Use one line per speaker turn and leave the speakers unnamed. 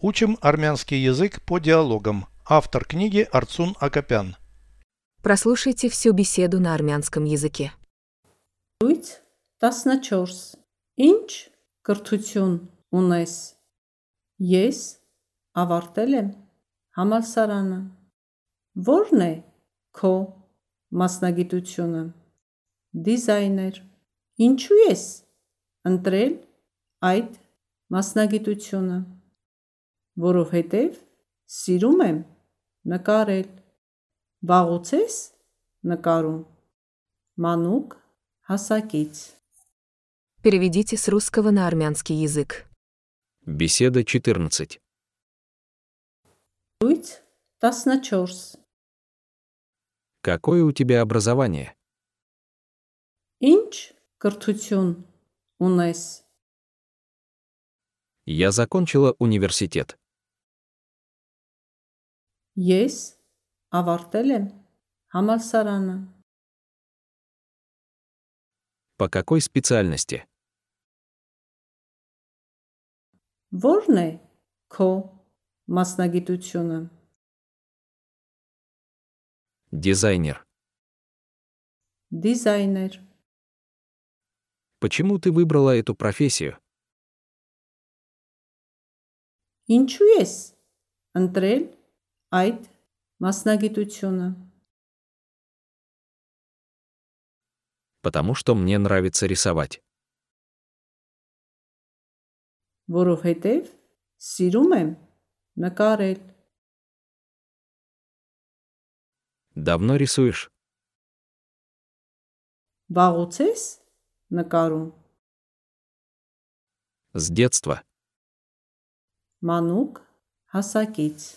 Учим армянский язык по диалогам. Автор книги Арцун Акопян.
Прослушайте всю беседу на армянском языке.
Լույս 14 Ինչ կրթություն ունես Ես ավարտել եմ համալսարանը Որն է քո մասնագիտությունը Դիզայներ Ինչու ես ընտրել այդ մասնագիտությունը Որովհետև սիրում եմ նկարել Վաղուց ես նկարում Մանուկ հասակից
Переведите с русского на армянский язык.
Беседа 14.
Լույս 14
Какое у тебя образование?
Ինչ կրթություն ունես
Я закончила университет.
Ես ավարտել եմ համալսարանը։
По какой специальности?
Որն է քո մասնագիտությունը։
Дизайнер.
Դիզայներ։
Почему ты выбрала эту профессию?
Ինչու ես ընտրել այդ մասնագիտությունը։
Потому что мне нравится рисовать.
Որովհետև սիրում եմ նկարել։
Давно рисуешь?
Վաղուց ես նկարում։
С детства.
Մանուկ հասակից։